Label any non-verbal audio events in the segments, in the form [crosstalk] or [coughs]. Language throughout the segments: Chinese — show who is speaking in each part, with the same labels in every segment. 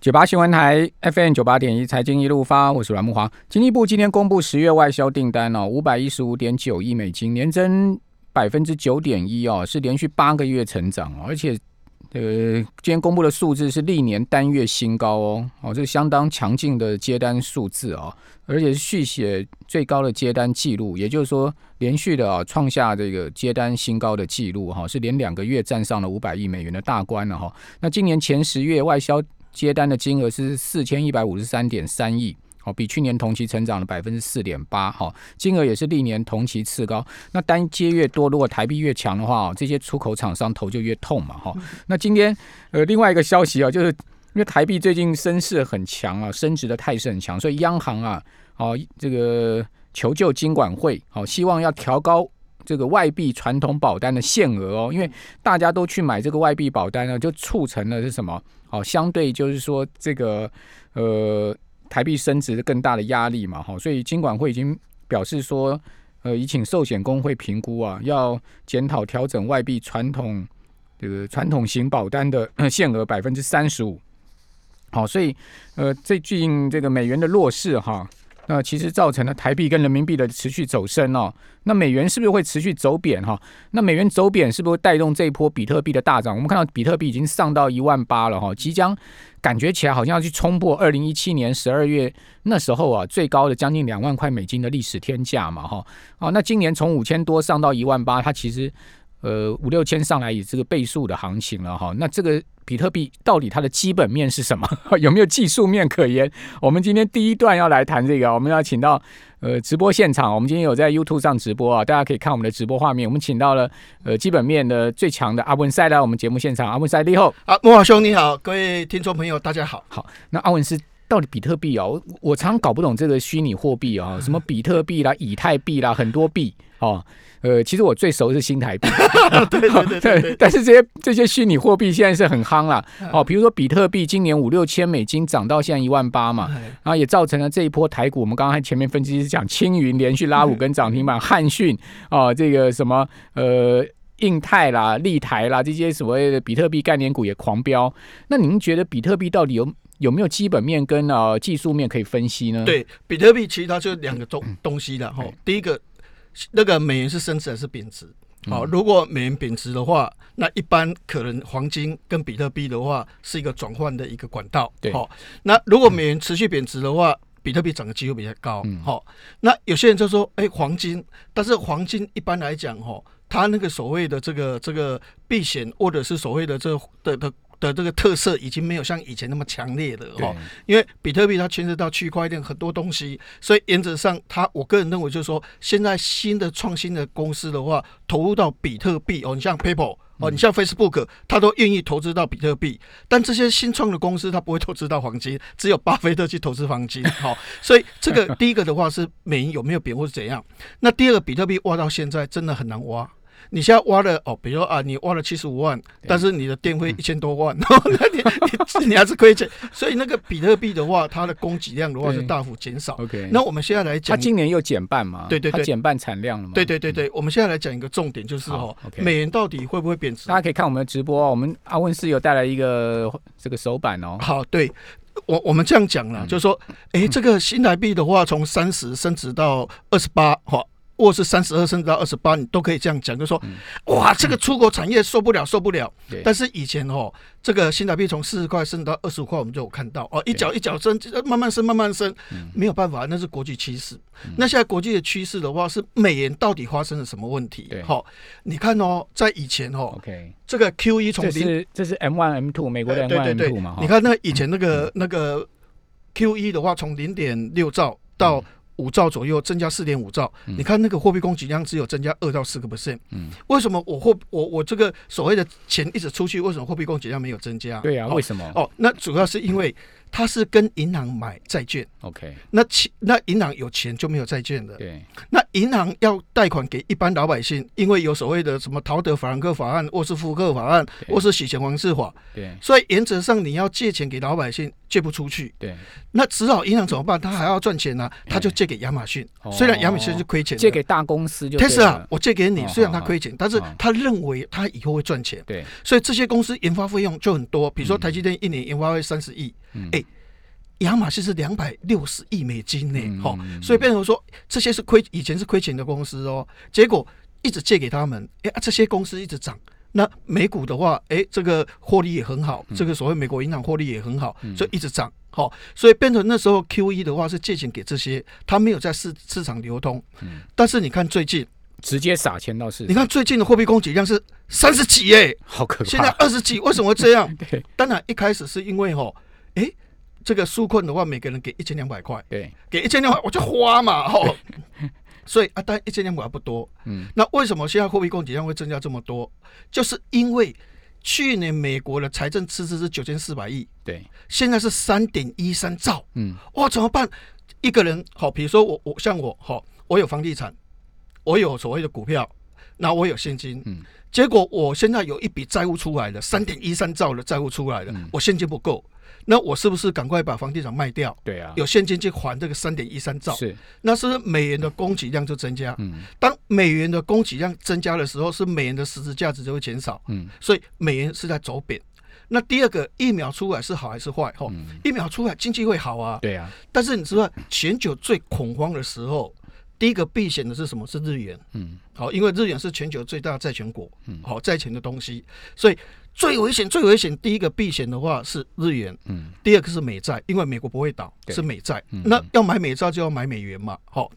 Speaker 1: 九八新闻台 FM 九八点一财经一路发，我是阮木华。经济部今天公布十月外销订单哦，五百一十五点九亿美金，年增百分之九点一哦，是连续八个月成长哦，而且呃，今天公布的数字是历年单月新高哦，哦，这相当强劲的接单数字哦，而且是续写最高的接单记录，也就是说连续的啊、哦、创下这个接单新高的记录哈、哦，是连两个月站上了五百亿美元的大关了哈、哦。那今年前十月外销接单的金额是四千一百五十三点三亿，好，比去年同期成长了百分之四点八，好，金额也是历年同期次高。那单接越多，如果台币越强的话，哦，这些出口厂商头就越痛嘛，哈、那今天呃，另外一个消息啊，就是因为台币最近升势很强啊，升值的态势很强，所以央行啊，哦，这个求救金管会，好、希望要调高。这个外币传统保单的限额哦，因为大家都去买这个外币保单呢，就促成了是什么？哦，相对就是说这个呃台币升值的更大的压力嘛，哈、所以金管会已经表示说，呃，已请寿险工会评估啊，要检讨调整外币传统这个传统型保单的 [coughs] 呃限额百分之三十五。好、所以呃最近这个美元的弱势哈，那其实造成了台币跟人民币的持续走升哦。那美元是不是会持续走贬哈？那美元走贬是不是会带动这一波比特币的大涨？我们看到比特币已经上到一万八了哈，即将感觉起来好像要去冲破二零一七年十二月那时候啊最高的将近两万块美金的历史天价嘛哈。哦，那今年从五千多上到一万八，它其实呃五六千上来以这个倍数的行情了哈。那这个比特币到底它的基本面是什么？ [laughs] 有没有技术面可言？我们今天第一段要来谈这个，我们要请到呃，直播现场，我们今天有在 YouTube 上直播啊，大家可以看我们的直播画面。我们请到了呃基本面的最强的阿文赛来我们节目现场。阿文赛，你好，
Speaker 2: 啊，莫华兄你好，各位听众朋友大家好。
Speaker 1: 那阿文是到底比特币哦，我我常搞不懂这个虚拟货币
Speaker 2: [laughs]
Speaker 1: 哦，什么比特币啦、以太币啦，很多币哦。呃，其实我最熟是新台币，
Speaker 2: 对对对对对，
Speaker 1: [laughs]
Speaker 2: 嗯
Speaker 1: 但是这些这些虚拟货币现在是很夯啦哦，比如说比特币今年五六千美金涨到现在一万八嘛，
Speaker 2: 哎
Speaker 1: 然后也造成了这一波台股，我们刚刚前面分析师讲，青云连续拉五根涨停板，
Speaker 2: 嗯
Speaker 1: 汉讯啊、这个什么呃印泰啦、立台啦这些所谓的比特币概念股也狂飙。那您觉得比特币到底有有没有基本面跟呃技术面可以分析呢？，
Speaker 2: 对，比特币其实它就两个东东西的哈
Speaker 1: 哎。
Speaker 2: 第一个，那个美元是升值还是贬值？好、如果美元贬值的话，那一般可能黄金跟比特币的话是一个转换的一个管道。
Speaker 1: 对
Speaker 2: 好、那如果美元持续贬值的话，比特币涨的机会比较高。好、那有些人就说，哎、黄金，但是黄金一般来讲，哈、它那个所谓的这个这个避险，或者是所谓的这个的的的这个特色，已经没有像以前那么强烈了。
Speaker 1: 对
Speaker 2: 哈、因为比特币它牵涉到区块链很多东西，所以原则上它，我个人认为就是说，现在新的创新的公司的话，投入到比特币哦，你像 PayPal 哦，你像 Facebook，它都愿意投资到比特币，但这些新创的公司它不会投资到黄金，只有巴菲特去投资黄金。好、所以这个 [laughs] 第一个的话是美元有没有贬或是怎样，那第二个比特币挖到现在真的很难挖。你现在挖了哦，比如说啊，你挖了七十五万，但是你的电
Speaker 1: 嗯
Speaker 2: 费一千多万， [laughs] 哦那你你你还是亏钱。所以那个比特币的话，它的供给量的话
Speaker 1: 对
Speaker 2: 是大幅减少。
Speaker 1: ，OK。
Speaker 2: 那我们现在来
Speaker 1: 它
Speaker 2: 讲，
Speaker 1: 今年又减半嘛？
Speaker 2: 对对对
Speaker 1: 它减半产量了嘛？
Speaker 2: 对对对对，我们现在来讲一个重点，就是
Speaker 1: 好
Speaker 2: 哦，
Speaker 1: ，OK
Speaker 2: 美元到底会不会贬值
Speaker 1: 大？家可以看我们的直播、哦，我们阿文是有带来一个这个手板哦，
Speaker 2: 好，对我我们这样讲
Speaker 1: 嗯
Speaker 2: 了，就是说，诶，这个新台币的话，从三十升值到二十八，哈。或是三十二升值到二十八，你都可以这样讲，就说，哇，这个出口产业受不了，受不了
Speaker 1: 嗯对。
Speaker 2: 但是以前哦，这个新台币从四十块升到二十五块，我们就有看到哦，一角一角升，呃慢慢升，慢慢升，
Speaker 1: 嗯
Speaker 2: 没有办法，那是国际趋势。那现在国际的趋势的话，是美元到底发生了什么问题
Speaker 1: 对？
Speaker 2: 好，你看哦，在以前哦，
Speaker 1: OK，
Speaker 2: 这个 Q E 一
Speaker 1: 这
Speaker 2: 从零
Speaker 1: 是这是 M one M two 美国的 M
Speaker 2: 呃对
Speaker 1: one
Speaker 2: 对
Speaker 1: M
Speaker 2: 对
Speaker 1: two 嘛？哈嗯
Speaker 2: 你看那以前那个那个 Q 一的话，从零点六兆
Speaker 1: 嗯
Speaker 2: 到五兆左右，增加四点五兆。你看那个货币供给量只有增加二到四个 percent。
Speaker 1: 嗯
Speaker 2: 为什么我货我我这个所谓的钱一直出去，为什么货币供给量没有增加？
Speaker 1: 对啊，
Speaker 2: 哦
Speaker 1: 为什么、
Speaker 2: 哦，那主要是因为它是跟银行买债券，
Speaker 1: o k
Speaker 2: 那钱那银行有钱就没有债券的。
Speaker 1: 对，
Speaker 2: 那银行要贷款给一般老百姓，因为有所谓的什么陶德·法兰克法案，或是福克法案，
Speaker 1: 对
Speaker 2: 或是洗钱王事法，
Speaker 1: 对，
Speaker 2: 所以原则上你要借钱给老百姓，借不出去，
Speaker 1: 对，
Speaker 2: 那只好银行怎么办？他还要赚钱啊，他就借给亚马逊
Speaker 1: 哎哦。
Speaker 2: 虽然亚马逊是亏钱的，
Speaker 1: 借给大公司就对
Speaker 2: Tesla，
Speaker 1: 了
Speaker 2: 我借给你
Speaker 1: 哦，
Speaker 2: 虽然他
Speaker 1: 好
Speaker 2: 亏钱，但是
Speaker 1: 好
Speaker 2: 他认为他以后会赚钱，
Speaker 1: 对，
Speaker 2: 所以这些公司研发费用就很多。比如说台积电一年研发费三十亿，
Speaker 1: 嗯
Speaker 2: 哎亚马逊是两百六十亿美金呢，哈、
Speaker 1: 嗯
Speaker 2: 所以变成说这些是亏，以前是亏钱的公司哦，结果一直借给他们，哎、啊这些公司一直涨。那美股的话，哎、这个获利也很好，
Speaker 1: 嗯
Speaker 2: 这个所谓美国银行获利也很好，所以一直涨，好、所以变成那时候 Q E 的话是借钱给这些，它没有在市市场流通，
Speaker 1: 嗯
Speaker 2: 但是你看最近，
Speaker 1: 直接撒钱到市
Speaker 2: 你
Speaker 1: 场，
Speaker 2: 看最近的货币供给量是三十几哎、
Speaker 1: 好可
Speaker 2: 现在
Speaker 1: 怕，
Speaker 2: 二十几，为什么会这样？
Speaker 1: [laughs]
Speaker 2: [laughs]
Speaker 1: 对
Speaker 2: 当然一开始是因为吼，哎、这个纾困的话，每个人给一千两百块，
Speaker 1: 对，
Speaker 2: 给一千两百我就花
Speaker 1: [laughs]
Speaker 2: 嘛吼。所以啊，但一千两百不多。
Speaker 1: 嗯，
Speaker 2: 那为什么现在货币供给量会增加这么多？就是因为去年美国的财政赤字是九千四百亿，
Speaker 1: 对，
Speaker 2: 现在是三点一三兆，
Speaker 1: 嗯，
Speaker 2: 哇，怎么办？一个人好，比如说我我像我好，我有房地产，我有所谓的股票，那我有现金，
Speaker 1: 嗯，
Speaker 2: 结果我现在有一笔债务出来了，三点一三兆的债务出来了，
Speaker 1: 嗯
Speaker 2: 我现金不够，那我是不是赶快把房地产卖掉，
Speaker 1: 对啊，
Speaker 2: 有现金去还这个三点一三兆？
Speaker 1: 是，
Speaker 2: 那是不是美元的供给量就增加？
Speaker 1: 嗯
Speaker 2: 当美元的供给量增加的时候，是美元的实质价值就会减少，
Speaker 1: 嗯
Speaker 2: 所以美元是在走贬。那第二个疫苗出来是好还是坏？吼、
Speaker 1: 嗯，
Speaker 2: 疫苗出来经济会好啊，
Speaker 1: 对啊，
Speaker 2: 但是你知道全球最恐慌的时候，第一个避险的是什么？是日元。
Speaker 1: 嗯，
Speaker 2: 好，因为日元是全球最大的债权国，好债权的东西，所以最危险、最危险，第一个避险的话是日元，
Speaker 1: 嗯，
Speaker 2: 第二个是美债，因为美国不会倒，
Speaker 1: 对
Speaker 2: 是美债。
Speaker 1: 嗯
Speaker 2: 那要买美债就要买美元嘛。好，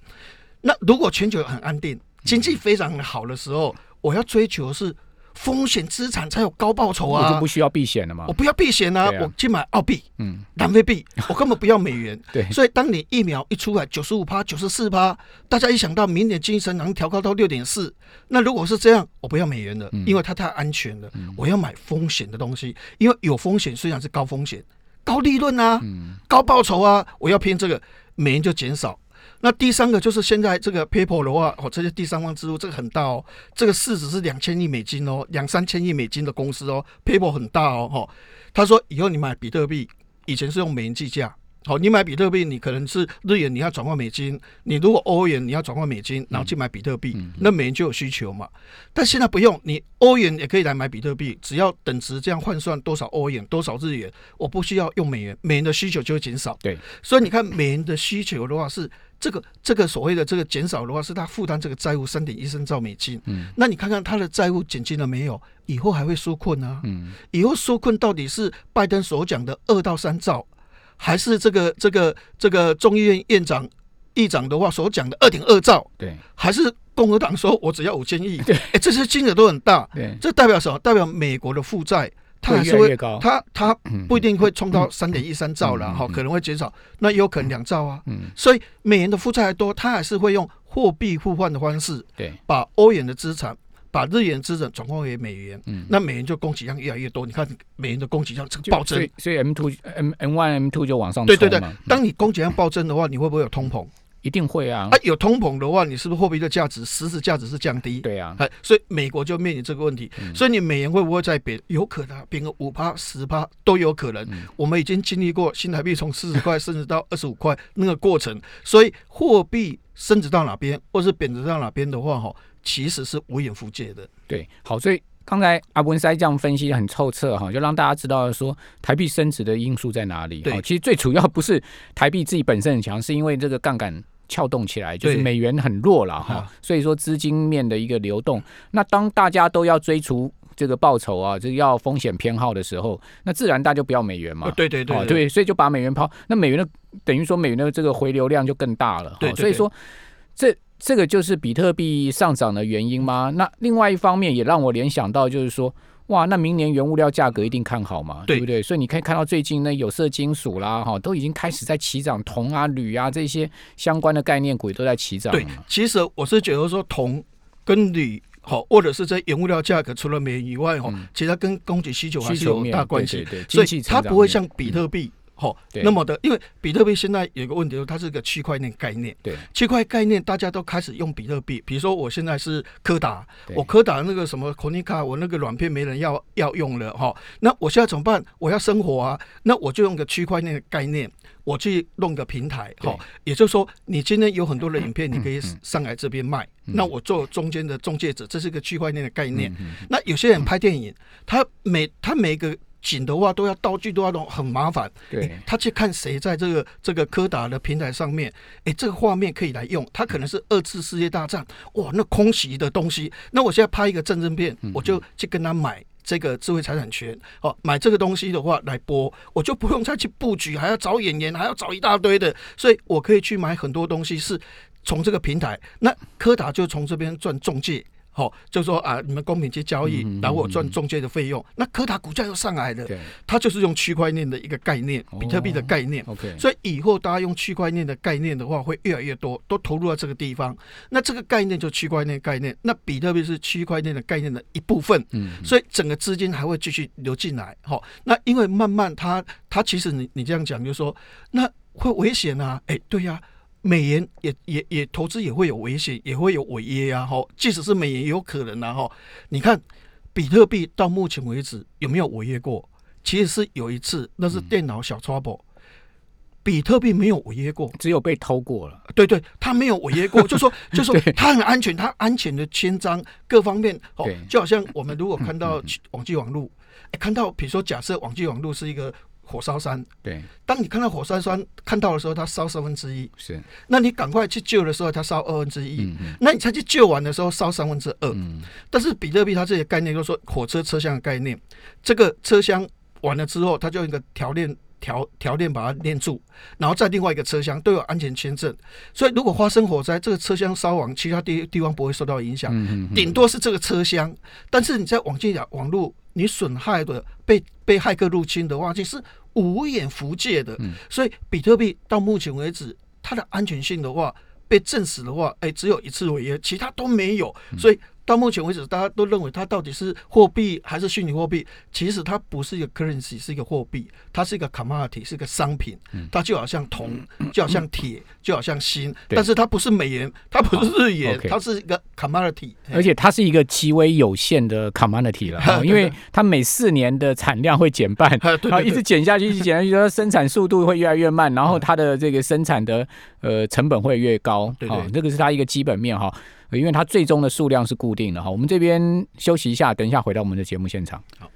Speaker 2: 那如果全球很安定，经济非常好的时候，我要追求是风险资产才有高报酬
Speaker 1: 我
Speaker 2: 啊
Speaker 1: 就不。需要避险了嘛
Speaker 2: 我，不要避险啊
Speaker 1: 对，啊
Speaker 2: 我去买澳币、
Speaker 1: 嗯，
Speaker 2: 南非币，我根本不要美元。
Speaker 1: 对，
Speaker 2: 所以，当你疫苗一出来，九十五趴、九十四趴，大家一想到明年经济成长调高到六点四，那如果是这样，我不要美元了，因为它太安全了。我要买风险的东西，因为有风险虽然是高风险、高利润啊、高报酬啊，我要拼这个，美元就减少。那第三个就是现在这个 PayPal 的话，哦，这些第三方支付这个很大哦，这个市值是两千亿美金哦，两三千亿美金的公司哦，PayPal 很大哦，哦，他说以后你买比特币，以前是用美元计价，好，你买比特币，你可能是日元，你要转换美金；你如果欧元，你要转换美金，然后去买比特币，那美元就有需求嘛。但现在不用，你欧元也可以来买比特币，只要等值这样换算多少欧元、多少日元，我不需要用美元，美元的需求就会减少。
Speaker 1: 对，
Speaker 2: 所以你看美元的需求的话是这个这个所谓的这个减少的话，是它负担这个债务三点一三兆美金。
Speaker 1: 嗯，
Speaker 2: 那你看看它的债务减轻了没有？以后还会纾困啊。
Speaker 1: 嗯，
Speaker 2: 以后纾困到底是拜登所讲的二到三兆，还是这个这个这个众议院院长议长的话所讲的二点二兆，
Speaker 1: 对
Speaker 2: 还是共和党说我只要五千亿？对，哎，这些金额都很大，
Speaker 1: 对，
Speaker 2: 这代表什么？代表美国的负债它还
Speaker 1: 会
Speaker 2: 是
Speaker 1: 越来
Speaker 2: 会
Speaker 1: 越高，
Speaker 2: 它它
Speaker 1: 嗯
Speaker 2: 不一定会冲到三点一三兆了，哈、可能会减少，那也有可能两兆啊。
Speaker 1: 嗯，
Speaker 2: 所以美元的负债还多，它还是会用货币互换的方式
Speaker 1: 对，
Speaker 2: 把欧元的资产，把日元资产转换为美元，
Speaker 1: 嗯
Speaker 2: 那美元就供给量越来越多。你看美元的供给量这个
Speaker 1: 就
Speaker 2: 暴
Speaker 1: 所
Speaker 2: 增
Speaker 1: 以，所以 M two M M one M two 就往上
Speaker 2: 对对对
Speaker 1: 冲嘛，嗯
Speaker 2: 当你供给量暴增的话，你会不会有通膨？
Speaker 1: 一定会啊
Speaker 2: 啊，，有通膨的话，你是不是货币的价值实质价值是降低？
Speaker 1: 对啊，
Speaker 2: 哎，所以美国就面临这个问题，
Speaker 1: 嗯
Speaker 2: 所以你美元会不会再贬？有可能啊贬个五趴、十趴都有可能。
Speaker 1: 嗯
Speaker 2: 我们已经经历过新台币从四十块升值到二十五块那个过程，所以货币升值到哪边，或是贬值到哪边的话，哈，其实是无远弗届的。
Speaker 1: 对，好，所以刚才阿文塞这样分析得很透彻哈，就让大家知道说台币升值的因素在哪里。
Speaker 2: 对
Speaker 1: 哦其实最主要不是台币自己本身很强，是因为这个杠杆。撬动起来就是
Speaker 2: 对
Speaker 1: 美元很弱了哈
Speaker 2: 啊，
Speaker 1: 所以说资金面的一个流动。那当大家都要追逐这个报酬啊，就是要风险偏好的时候，那自然大家就不要美元嘛
Speaker 2: 哦，。对对对
Speaker 1: 哦，对，所以就把美元抛，那美元的等于说美元的这个回流量就更大了，
Speaker 2: 对
Speaker 1: 哦
Speaker 2: 对
Speaker 1: 所以
Speaker 2: 对
Speaker 1: 说这这个就是比特币上涨的原因吗？那另外一方面也让我联想到就是说。哇，那明年原物料价格一定看好嘛，
Speaker 2: 对
Speaker 1: 不对？所以你可以看到最近呢，有色金属啦，哈，都已经开始在起涨，铜啊、铝啊这些相关的概念股也都在起涨
Speaker 2: 对
Speaker 1: 嘛。，
Speaker 2: 其实我是觉得说铜跟铝。好，或者是这原物料价格，除了美元以外，哈、其实它跟供给需求
Speaker 1: 嗯
Speaker 2: 还
Speaker 1: 需
Speaker 2: 是
Speaker 1: 求
Speaker 2: 有
Speaker 1: 面
Speaker 2: 大关
Speaker 1: 对
Speaker 2: 系，
Speaker 1: 对对，
Speaker 2: 所
Speaker 1: 经济
Speaker 2: 以它
Speaker 1: 成长
Speaker 2: 不会
Speaker 1: 面嗯
Speaker 2: 像比特币，好，
Speaker 1: 对
Speaker 2: 那么的，因为比特币现在有一个问题，就是它是一个区块链概念。
Speaker 1: 对，
Speaker 2: 区块概念大家都开始用比特币，比如说我现在是柯达，
Speaker 1: 对
Speaker 2: 我柯达那个什么 Konica，我那个软片没人要要用了哈，那我现在怎么办？我要生活啊，那我就用个区块链的概念，我去弄个平台
Speaker 1: 对，
Speaker 2: 哈
Speaker 1: 嗯
Speaker 2: 也就是说，你今天有很多的影片，你可以上来这边卖，那我做中间的中介者，这是一个区块链的概
Speaker 1: 嗯
Speaker 2: 念。那有些人拍电影，他每他每个景的话都要道具都要弄，很麻烦。
Speaker 1: 对
Speaker 2: 诶他去看谁在这个这个柯达的平台上面，哎、这个画面可以来用。他可能是二次世界大战，哇，那空袭的东西。那我现在拍一个战争片，我就去跟他买。这个智慧财产权哦，买这个东西的话来播，我就不用再去布局，还要找演员，还要找一大堆的，所以我可以去买很多东西，是从这个平台。那柯达就从这边赚中介，好、就说啊，你们公平去交易，然后我赚中介的费用。那柯达股价又上 [laughs] 来了，
Speaker 1: 对
Speaker 2: 它就是用区块链的一个概念
Speaker 1: 哦，
Speaker 2: 比特币的概念。 [laughs]
Speaker 1: ，OK，
Speaker 2: 所以以后大家用区块链的概念的话，会越来越多，都投入到这个地方。那这个概念就区块链概念，那比特币是区块链的概念的一部分，
Speaker 1: 嗯，
Speaker 2: 所以整个资金还会继续流进来。哈、那因为慢慢它它其实你你这样讲，就是说那会危险啊，哎，对呀、美元也也也投资也会有危险，也会有违约呀、啊，哈、即使是美元也有可能啊，哈、你看比特币到目前为止有没有违约过？其实是有一次，那是电脑小 trouble，、比特币没有违约过。
Speaker 1: 只有被偷过了，
Speaker 2: 对对，它没有
Speaker 1: [laughs]
Speaker 2: 违约过，就说就说
Speaker 1: 对
Speaker 2: 它很安全，它安全的签章各方面哦
Speaker 1: 对，嗯
Speaker 2: 就好像我们如果看到网际网路，哎看到比如说假设网际网路是一个火烧山，
Speaker 1: 对，
Speaker 2: 当你看到火烧山看到的时候，它烧三分之一，
Speaker 1: 是，
Speaker 2: 那你赶快去救的时候，它烧二分之一，
Speaker 1: 嗯嗯
Speaker 2: 那你才去救完的时候烧三分之二。
Speaker 1: 嗯，
Speaker 2: 但是比特币它这些概念就是说火车车厢的概念，这个车厢完了之后，它就用一个条链条条链把它链住，然后再另外一个车厢都有安全签证，所以如果发生火灾，这个车厢烧完，其他地地方不会受到影响，
Speaker 1: 嗯嗯
Speaker 2: 顶多是这个车厢。但是你在网际网络你损害的被被骇客入侵的话，就是无眼福界的，
Speaker 1: 嗯
Speaker 2: 所以比特币到目前为止它的安全性的话。被证实的话，哎、只有一次违约，其他都没有。
Speaker 1: 嗯
Speaker 2: 所以到目前为止，大家都认为它到底是货币还是虚拟货币？其实它不是一个 currency，是一个货币，它是一个 commodity，是一个商品。
Speaker 1: 嗯
Speaker 2: 它就好像铜，就好像铁，就好像锌，
Speaker 1: 对
Speaker 2: 但是它不是美元，它不是日元，
Speaker 1: OK
Speaker 2: 它是一个 commodity。
Speaker 1: 而且它是一个极为有限的 commodity
Speaker 2: [laughs]
Speaker 1: 了，哦因为它每四年的产量会减半，
Speaker 2: 啊， [laughs] 对
Speaker 1: 然后
Speaker 2: 对
Speaker 1: 一
Speaker 2: 对
Speaker 1: 直减下去，一直减下去，它生产速度会越来越慢，
Speaker 2: 嗯
Speaker 1: 然后它的这个生产的呃成本会越高。
Speaker 2: 对
Speaker 1: 哦
Speaker 2: 对
Speaker 1: 这个是它一个基本面哈、呃因为它最终的数量是固定的哈、我们这边休息一下，等一下回到我们的节目现场。
Speaker 2: 好。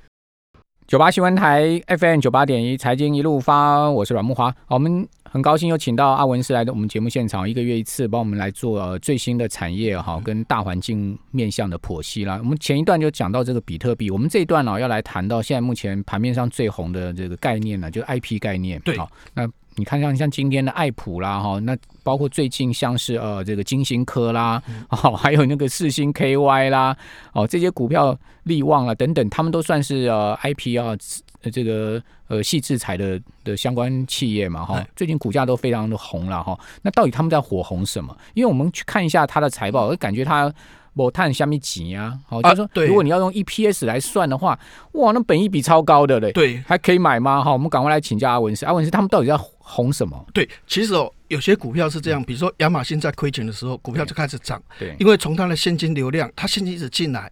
Speaker 1: 九八新闻台 FM 九八点一财经一路发，我是阮木华。好我们很高兴又请到阿文师来到我们节目现场，一个月一次，帮我们来做、呃、最新的产业
Speaker 2: 嗯
Speaker 1: 哈、跟大环境面向的剖析啦。我们前一段就讲到这个比特币，我们这一段呢、要来谈到现在目前盘面上最红的这个概念呢、就是 IP 概念。
Speaker 2: 对
Speaker 1: 好那你看像像今天的爱普啦哈、那包括最近像是呃这个金星科啦，
Speaker 2: 嗯
Speaker 1: [laughs] 哦，还有那个世星 KY 啦，哦，这些股票利旺了等等，他们都算是呃 IP 啊，呃这个呃细制裁的的相关企业嘛哈
Speaker 2: 哎。
Speaker 1: 最近股价都非常的红了哈。那到底他们在火红什么？因为我们去看一下它的财报，我感觉它。某碳下面几啊，好，就
Speaker 2: 啊
Speaker 1: 是说，
Speaker 2: 对
Speaker 1: 如果你要用 EPS 来算的话，哇，那本益比超高的嘞，
Speaker 2: 对
Speaker 1: 还可以买吗？哈，我们赶快来请教阿文师，阿文师他们到底在红什么？
Speaker 2: 对，其实哦，有些股票是这样，比如说亚马逊在亏钱的时候，股票就开始涨，
Speaker 1: 对
Speaker 2: 因为从它的现金流量，它现金一直进来，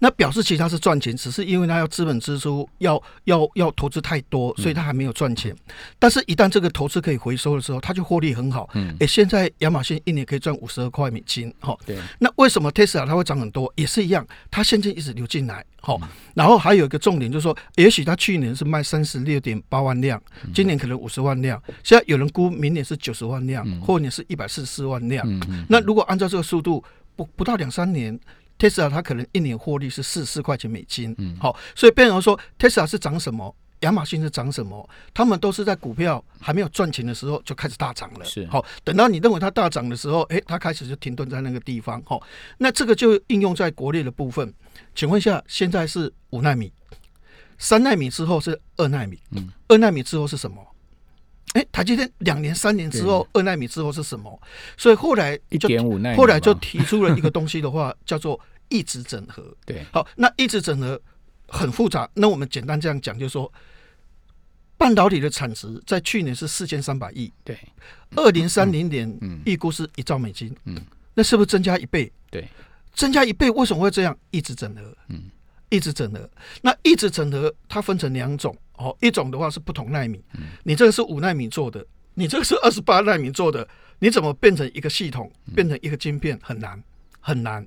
Speaker 2: 那表示其实它是赚钱，只是因为它要资本支出，要要要投资太多，
Speaker 1: 嗯
Speaker 2: 所以它还没有赚钱。但是，一旦这个投资可以回收的时候，它就获利很好。
Speaker 1: 嗯
Speaker 2: 诶，现在亚马逊一年可以赚五十二块美金，哈、
Speaker 1: 对
Speaker 2: 那为什么 Tesla 它会涨很多？也是一样，它现金一直流进来，哈、然后还有一个重点就是说，也许它去年是卖三十六点八万辆，
Speaker 1: 嗯
Speaker 2: 今年可能五十万辆，现在有人估明年是九十万辆，后年是一百四十四万辆。
Speaker 1: 嗯嗯，
Speaker 2: 那如果按照这个速度，不不到两三年，Tesla 它可能一年获利是四四块钱美金。嗯，好、所以变成说 Tesla 是涨什么，亚马逊是涨什么，他们都是在股票还没有赚钱的时候就开始大涨了。
Speaker 1: 是
Speaker 2: 好、等到你认为它大涨的时候，诶，它开始就停顿在那个地方。好、那这个就应用在国内的部分。请问一下，现在是五纳米，三纳米之后是二纳米，
Speaker 1: 嗯，
Speaker 2: 二纳米之后是什么？诶，台积电两年、三年之后，二纳米之后是什么？所以后来
Speaker 1: 一
Speaker 2: 就
Speaker 1: 点五那
Speaker 2: 后来就提出了一个东西的话，叫做抑制整合。
Speaker 1: 对
Speaker 2: 好，那抑制整合很复杂，那我们简单这样讲，就是说，半导体的产值在去年是四千三百亿，
Speaker 1: 对，
Speaker 2: 二零三零年
Speaker 1: 嗯
Speaker 2: 预估是一兆美金，
Speaker 1: 嗯，
Speaker 2: 那是不是增加一倍？
Speaker 1: 对，
Speaker 2: 增加一倍为什么会这样？一直整合，
Speaker 1: 嗯，
Speaker 2: 一直整合。那一直整合它分成两种哦，一种的话是不同纳米，
Speaker 1: 嗯
Speaker 2: 你这个是五纳米做的，你这个是二十八纳米做的，你怎么变成一个系统，
Speaker 1: 嗯
Speaker 2: 变成一个晶片很难很难，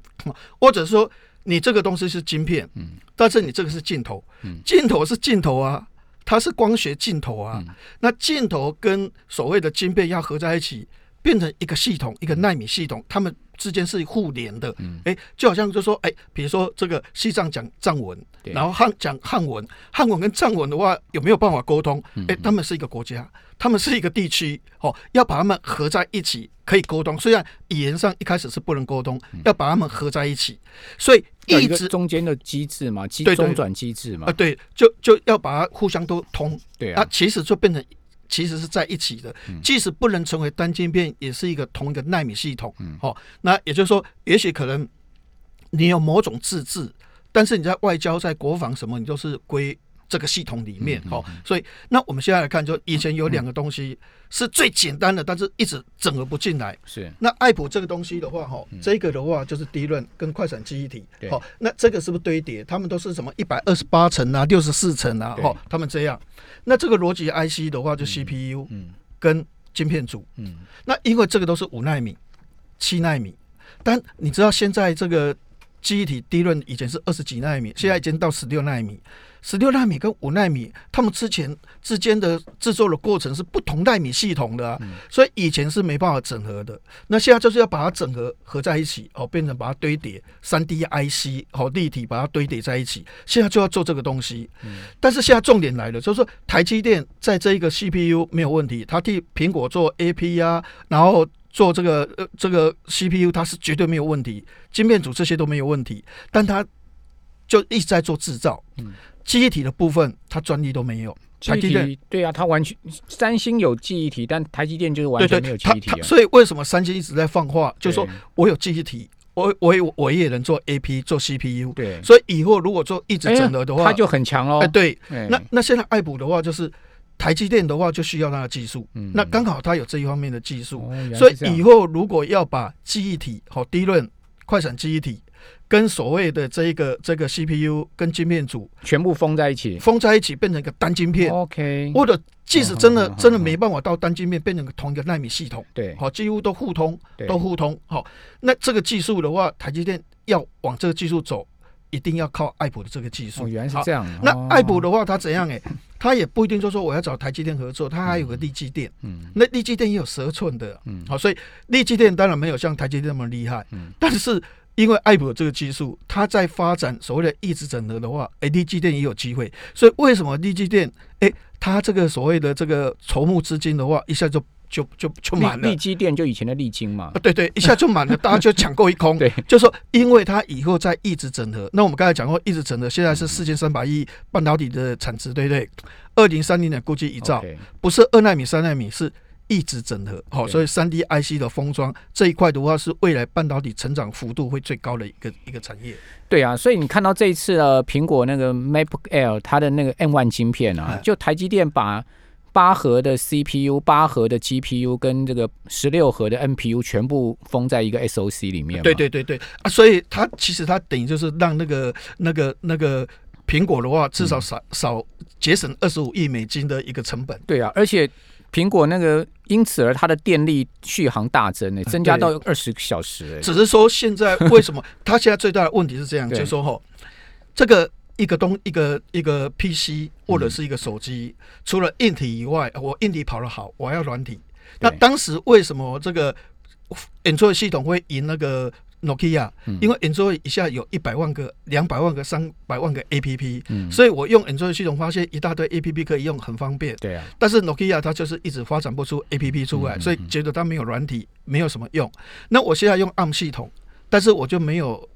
Speaker 2: 或者说你这个东西是晶片，
Speaker 1: 嗯，
Speaker 2: 但是你这个是镜头，镜头是镜头啊。它是光学镜头啊，
Speaker 1: 嗯
Speaker 2: 那镜头跟所谓的晶片要合在一起，变成一个系统，一个纳米系统，它们之间是互联的。
Speaker 1: 嗯
Speaker 2: 哎、就好像就说，哎、比如说这个西藏讲藏文，
Speaker 1: 对
Speaker 2: 然后汉讲汉文，汉文跟藏文的话有没有办法沟通？
Speaker 1: 嗯
Speaker 2: 哎、他们是一个国家，他们是一个地区，哦，要把他们合在一起可以沟通。虽然语言上一开始是不能沟通，要把他们合在一起，所以
Speaker 1: 嗯有
Speaker 2: 一
Speaker 1: 一个
Speaker 2: 直
Speaker 1: 中间的机制嘛，机
Speaker 2: 对对
Speaker 1: 中转机制
Speaker 2: 啊、
Speaker 1: 嘛，
Speaker 2: 对，就就要把它互相都通。
Speaker 1: 对
Speaker 2: 它
Speaker 1: 啊，嗯
Speaker 2: 其实就变成其实是在一起的，即使不能成为单晶片，也是一个同一个纳米系统。
Speaker 1: 嗯
Speaker 2: 哦，那也就是说，也许可能你有某种自治，但是你在外交、在国防什么，你都是归。这个系统里面，
Speaker 1: 嗯
Speaker 2: 哦，所以那我们现在来看，就以前有两个东西是最简单的，但是一直整合不进来，
Speaker 1: 是
Speaker 2: 那爱普这个东西的话，哈，这个的话就是低润跟快闪记忆体
Speaker 1: 嗯对，
Speaker 2: 好，那这个是不是堆叠？他们都是什么一百二十八层啊、六十四层啊，
Speaker 1: 对
Speaker 2: 哈，他们这样。那这个逻辑 IC 的话，就 CPU
Speaker 1: 嗯
Speaker 2: 跟晶片组，
Speaker 1: 嗯，
Speaker 2: 那因为这个都是五纳米、七纳米，但你知道现在这个记忆体低润以前是二十几纳米，现在已经到十六纳米。十六纳米跟五纳米，他们之前之间的制作的过程是不同纳米系统的、啊，所以以前是没办法整合的。那现在就是要把它整合合在一起，哦，变成把它堆叠三 D IC 好、立体把它堆叠在一起。现在就要做这个东西，但是现在重点来了，就是说台积电在这一个 CPU 没有问题，它替苹果做 AP 啊，然后做这个呃这个 CPU，它是绝对没有问题，晶片组这些都没有问题，但它就一直在做制造，记忆体的部分它专利都没有，
Speaker 1: 记
Speaker 2: 台积
Speaker 1: 忆
Speaker 2: 电
Speaker 1: 体对啊，它完全三星有记忆体，但台积电就是完
Speaker 2: 对
Speaker 1: 全没有
Speaker 2: 对，
Speaker 1: 记
Speaker 2: 它
Speaker 1: 忆体
Speaker 2: 它
Speaker 1: 啊。
Speaker 2: 所以为什么三星一直在放话，就说
Speaker 1: 对
Speaker 2: 我有记忆体，我我也我也能做 AP 做 CPU，
Speaker 1: 对，
Speaker 2: 所以以后如果做一直
Speaker 1: 哎呀
Speaker 2: 整合的话，
Speaker 1: 它就很强喽
Speaker 2: 哎。对，
Speaker 1: 哎
Speaker 2: 那那现在爱普的话，就是台积电的话，就需要它的技术。
Speaker 1: 嗯
Speaker 2: 那刚好它有这一方面的技术，
Speaker 1: 哦原来
Speaker 2: 所以
Speaker 1: 是这样
Speaker 2: 以后如果要把记忆体、好低润快闪记忆体跟所谓的这一个这个 CPU 跟晶片组
Speaker 1: 全部封在一起。
Speaker 2: 封在一起，变成一个单晶片，
Speaker 1: OK，
Speaker 2: 或者即使真
Speaker 1: 嗯嗯
Speaker 2: 的
Speaker 1: 嗯嗯嗯
Speaker 2: 真的没办法到单晶片，变成同一个纳米系统，
Speaker 1: 对
Speaker 2: 好，几乎都互通，
Speaker 1: 对
Speaker 2: 都互通。好，那这个技术的话，台积电要往这个技术走，一定要靠爱普的这个技术。
Speaker 1: 哦，原来是
Speaker 2: 好
Speaker 1: 这样。
Speaker 2: 那
Speaker 1: 哦
Speaker 2: 爱普的话，它怎样、欸？哎，它也不一定就说我要找台积电合作，它还有个力积电。
Speaker 1: 嗯
Speaker 2: 那力积电也有十二寸的，
Speaker 1: 嗯
Speaker 2: 好、所以力积电当然没有像台积电那么厉害，
Speaker 1: 嗯
Speaker 2: 但是因为爱普这个技术，它在发展所谓的抑制整合的话，哎、力积电也有机会。所以为什么力积电，哎、它这个所谓的这个筹募资金的话，一下就就就就满
Speaker 1: 利
Speaker 2: 了
Speaker 1: 利。基电就以前的利金嘛
Speaker 2: 啊，，对对，一下
Speaker 1: [laughs]
Speaker 2: 就满了，大家就抢购一空。
Speaker 1: 对，
Speaker 2: 就说因为它以后在一直整合，那我们刚才讲过，一直整合现在是四千三百亿半导体的产值，对不对？二零三零年估计一兆，
Speaker 1: OK，
Speaker 2: 不是二纳米、三纳米，是一直整合。好、
Speaker 1: 对
Speaker 2: 所以三 D IC 的封装这一块的话，是未来半导体成长幅度会最高的一个一个产业。
Speaker 1: 对啊，所以你看到这一次的苹果那个 MacBook Air 它的那个 M 1晶片啊
Speaker 2: 哎，
Speaker 1: 就台积电把八核的 CPU、八核的 GPU 跟这个十六核的 NPU 全部封在一个 SOC 里面嘛，
Speaker 2: 对对对对啊，所以它其实它等于就是让那个那个那个苹果的话，至少少、少节省二十五亿美金的一个成本。
Speaker 1: 对啊，而且苹果那个因此而它的电力续航大增呢、增加到二十小时、欸，
Speaker 2: 只嗯是说现在为什
Speaker 1: [laughs]
Speaker 2: 么他现在最大的问题是这样，
Speaker 1: 对
Speaker 2: 就是说哈，这个一个东一个一个
Speaker 1: 嗯
Speaker 2: PC 或者是一个手机，除了硬体以外，我硬体跑得好，我还要软体。那
Speaker 1: 对
Speaker 2: 当时为什么这个 Android 系统会赢那个 Nokia？、
Speaker 1: 嗯
Speaker 2: 因为 Android 一下有一百万个、两百万个、三百万个 APP，、
Speaker 1: 嗯
Speaker 2: 所以我用 Android 系统发现一大堆 APP 可以用，很方便。
Speaker 1: 对啊，
Speaker 2: 但是 Nokia 它就是一直发展不出 APP 出来，所以觉得它没有软体，没有什么用。那我现在用 ARM 系统，但是我就没有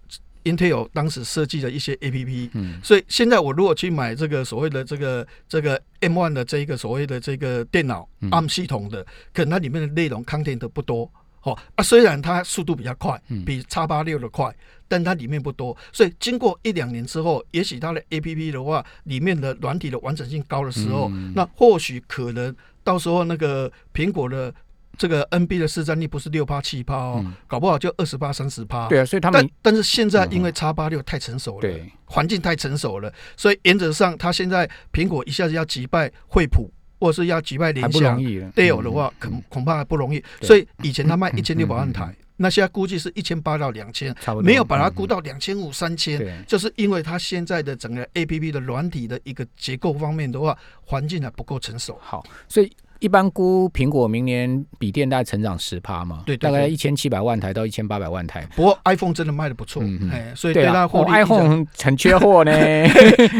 Speaker 2: Intel 当时设计的一些 APP，、
Speaker 1: 嗯
Speaker 2: 所以现在我如果去买这个所谓的这个这个 M1 的这一个所谓的这个电脑 ARM 系统的，可能它里面的内容 content 不多。哦啊，虽然它速度比较快
Speaker 1: 嗯，
Speaker 2: 比叉八六的快，但它里面不多，所以经过一两年之后，也许它的 A P P 的话，里面的软体的完整性高的时候，
Speaker 1: 嗯
Speaker 2: 那或许可能到时候那个苹果的这个 N B 的市占率不是六趴七趴哦，搞不好就二十八三十趴。
Speaker 1: 嗯对啊，所以他
Speaker 2: 但
Speaker 1: 们嗯
Speaker 2: 但是现在因为叉八六太成熟了，
Speaker 1: 对
Speaker 2: 环境太成熟了，所以原则上它现在苹果一下子要击败惠普，或是要击败
Speaker 1: 还
Speaker 2: 联
Speaker 1: 不容
Speaker 2: 想，
Speaker 1: 易了。
Speaker 2: 队友的
Speaker 1: 嗯
Speaker 2: 话，恐恐怕还不容易。
Speaker 1: 对
Speaker 2: 所以以前他卖一千六
Speaker 1: 嗯
Speaker 2: 百
Speaker 1: 嗯
Speaker 2: 万台，那现在估计是一千八到两千，
Speaker 1: 差不多
Speaker 2: 没有把它
Speaker 1: 嗯
Speaker 2: 估到两千五三千。
Speaker 1: 对，
Speaker 2: 就是因为它现在的整个 A P P 的软体的一个结构方面的话，环境还不够成熟。
Speaker 1: 好，所以一般估苹果明年笔电大概成长十趴嘛，
Speaker 2: 对对
Speaker 1: 大概一
Speaker 2: 对
Speaker 1: 千七百万台到一千八百万台。
Speaker 2: 不过 iPhone 真的卖的不错
Speaker 1: 嗯嗯，
Speaker 2: 哎，所以对它
Speaker 1: 啊，
Speaker 2: 获
Speaker 1: 我
Speaker 2: 利影响
Speaker 1: iPhone 很缺货
Speaker 2: [laughs]
Speaker 1: 呢。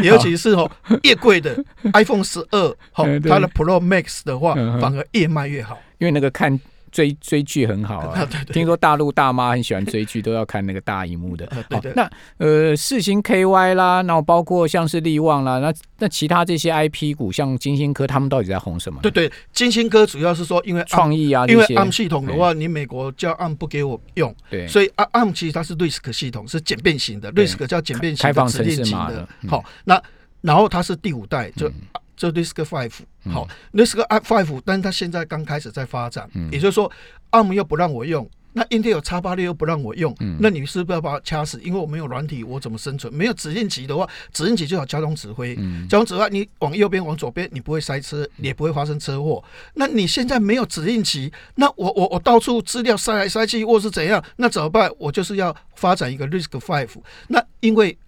Speaker 2: 尤其是哦，越贵的 iPhone 十二，好，
Speaker 1: 嗯对
Speaker 2: 它的 Pro Max 的话
Speaker 1: 嗯哼，
Speaker 2: 反而越卖越好。。
Speaker 1: 因为那个看追追剧很好啊
Speaker 2: [laughs] 对对
Speaker 1: 听说大陆大妈很喜欢追剧，都要看那个大荧幕的。
Speaker 2: 呃 [laughs] 对
Speaker 1: 好
Speaker 2: 对
Speaker 1: 那呃，世星 KY 啦，然后包括像是力旺啦，那那其他这些 IP 股，像金星科，他们到底在红什么？
Speaker 2: 对，对，金星科主要是说，因为 ARM
Speaker 1: 创意啊
Speaker 2: 因
Speaker 1: 这
Speaker 2: 为
Speaker 1: 些。
Speaker 2: ARM 系统的话，你美国叫 ARM 不给我用，
Speaker 1: 对，
Speaker 2: 所以啊 ARM- ARM 其实它是 RISC 系统，是简便型的
Speaker 1: 对
Speaker 2: ，RISC 叫简便型
Speaker 1: 开
Speaker 2: 的
Speaker 1: 放
Speaker 2: 指
Speaker 1: 城市
Speaker 2: 令型
Speaker 1: 码
Speaker 2: 的
Speaker 1: 的。嗯
Speaker 2: 好，那然后它是第五代，就啊就 RISC Five。好，RISC
Speaker 1: 嗯
Speaker 2: Five，但是它现在刚开始在发展，
Speaker 1: 嗯
Speaker 2: 也就是说，ARM 又不让我用。那 Intel 叉八六又不让我用，
Speaker 1: 嗯
Speaker 2: 那你是不是要把我掐死？因为我没有软体，我怎么生存？没有指令集的话，指令集就有交通指挥，
Speaker 1: 嗯
Speaker 2: 交通指挥你往右边往左边，你不会塞车，也不会发生车祸。那你现在没有指令集，那我我我到处资料塞来塞去，或是怎样？那怎么办？我就是要发展一个 Risk Five。那因为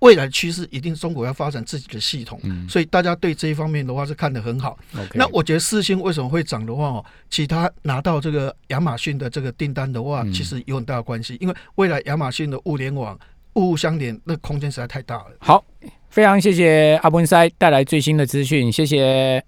Speaker 2: 未来趋势一定中国要发展自己的系统，所以大家对这一方面的话是看得很好。
Speaker 1: OK，
Speaker 2: 那我觉得四星为什么会涨的话哦，其他拿到这个亚马逊的这个订单的话，其实有很大的关系，因为未来亚马逊的物联网物物相连，那空间实在太大了。
Speaker 1: 好，非常谢谢阿文塞带来最新的资讯，谢谢。